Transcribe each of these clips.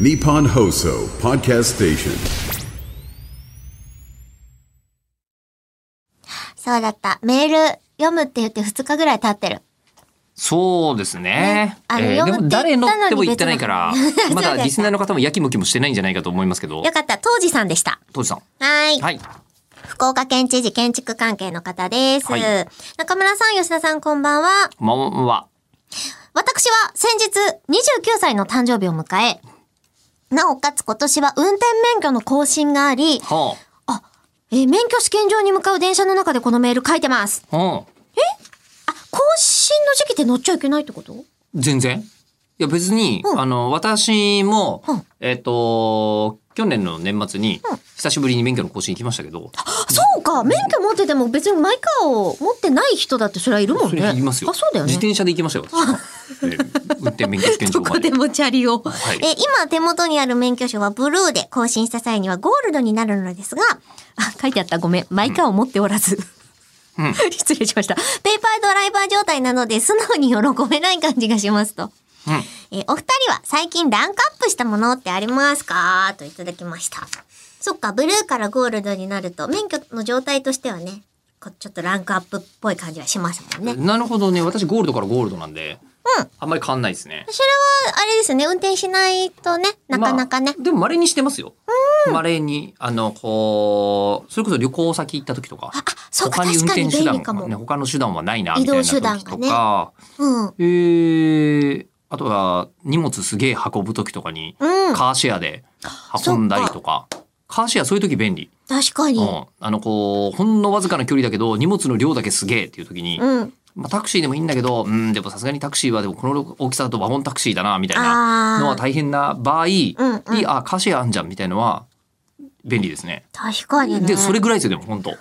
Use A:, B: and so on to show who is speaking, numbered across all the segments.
A: Nippon Hoso Podcast Station.
B: そうだった。メール読むって言って2日ぐらい経ってる。
C: そうですね
B: ね。あの
C: えー
B: 読
C: で
B: むって言った
C: も
B: のに
C: 誰のっても言ってないから
B: 別、 に
C: ま
B: そう
C: だ
B: です
C: リスナーの方もやきもきもしてないんじゃないかと思いますけど
B: よ、かった。当時さんでした。
C: 当時さん。
B: はーい。
C: はい。
B: 福岡県知事建築関係の方です。
C: はい
B: 中村さん、吉田さん、こんばんは。
C: こんばんは。
B: 私は先日29歳の誕生日を迎え、なおかつ今年は運転免許の更新があり、
C: は
B: えー免許試験場に向かう電車の中でこのメール書いてます。
C: あ。はあ。
B: あ、更新の時期って乗っちゃいけないってこと
C: 全然。いや別に、
B: うん
C: あの、私も、
B: うん
C: えっ、と、去年の年末に、久しぶりに免許の更新行きましたけど、
B: そうか、免許持ってても別にマイカーを持ってない人だってそれはいるもん
C: そ
B: ね。
C: れ言いますよ。
B: あ、そうだよ
C: 自
B: ね。
C: 転車で行きましたよ、私は。えー運転免許試験
B: ど
C: 場 ま
B: こで
C: で。
B: もチャリを。
C: い
B: え、今手元にある免許証はブルーで更新した際にはゴールドになるのですが、あ、書いてあった。ごめん。マイカーを持っておらず。
C: うん
B: 失礼しました。ペーパードライバー状態なので素直に喜べない感じがしますと。
C: うん
B: えーお二人は最近ランクアップしたものってありますかといただきました。そっか、ブルーからゴールドになると、免許の状態としてはね、こちょっとランクアップっぽい感じはしますもんね。
C: なるほどね。私ゴールドからゴールドなんで、あんまり変わんないですね。
B: それは、あれですね、運転しないとね、なかなかね
C: ま。あでも稀にしてますよ。稀に、あの、こう、それこそ旅行先行った時とか。
B: あ、そうか、
C: 他に
B: 確
C: 運
B: か
C: 転
B: に
C: 手
B: 便利
C: 段
B: かも。
C: ね、他の手段はないな、みたいな時
B: 移動手段が
C: と
B: ね
C: か。
B: うん。うん。
C: えー、あとは、荷物すげえ運ぶ時とかに、カーシェアで運んだりとか。カーシェアそういう時便利。
B: 確かに。
C: うん。あの、こう、ほんのわずかな距離だけど、荷物の量だけすげえっていう時に、
B: うん。
C: まあ、タクシーでもいいんだけど、うん、でもさすがにタクシーはでもこの大きさだとワゴンタクシーだな、みたい
B: あ
C: な
B: ー
C: のは大変な場合、
B: うんうん
C: いいあ、カシェあんじゃん、みたいのは便利ですね。
B: 確かにね。
C: で、それぐらいですよ、でも本当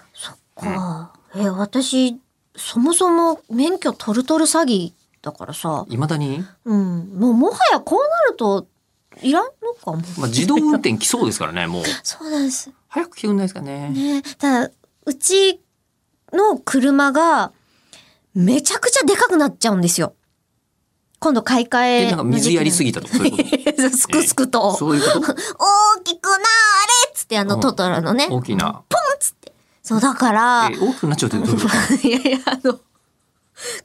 B: か。え、私、そもそも免許取る取る詐欺だからさ、
C: いまだに、
B: うん。もうもはやこうなると、いらんのかも。
C: まあ、自動運転来そうですからね、もう。
B: そうなんです。
C: 早く来るんないですかね。
B: ねただ、うちの車が、めちゃくちゃでかくなっちゃうんですよ。今度買い替
C: え、
B: え
C: なんか水やりすぎたとか、そういうこ
B: ぎ すくすくと
C: と。。そういうこと
B: 大きくなーれっつってあの、
C: うん
B: トトロのね。
C: 大きな。
B: そう、だから、
C: え、大きくなっちゃうってどういうことか。
B: いやいや、あの、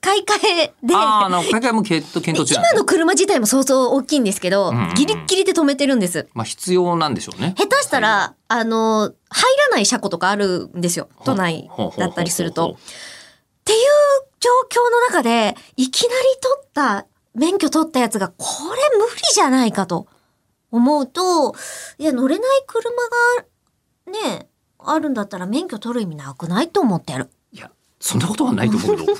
B: 買い替えで、
C: あーあの、海外も検討検討中なん
B: 今
C: で
B: の車自体も相当大きいんですけど、
C: んうんうん
B: ギリッギリで止めてるんです。
C: まあ、必要なんでしょうね。
B: 下手したら、あの、入らない車庫とかあるんですよ。都内
C: ほうほうほうほうほう
B: だったりすると。っていう状況の中で、いきなり取った、免許取ったやつが、これ無理じゃないかと思うと、いや、乗れない車が、ねえ、あるんだったら免許取る意味なくないと思ってやる。
C: いや、そんなことはないと思うけど。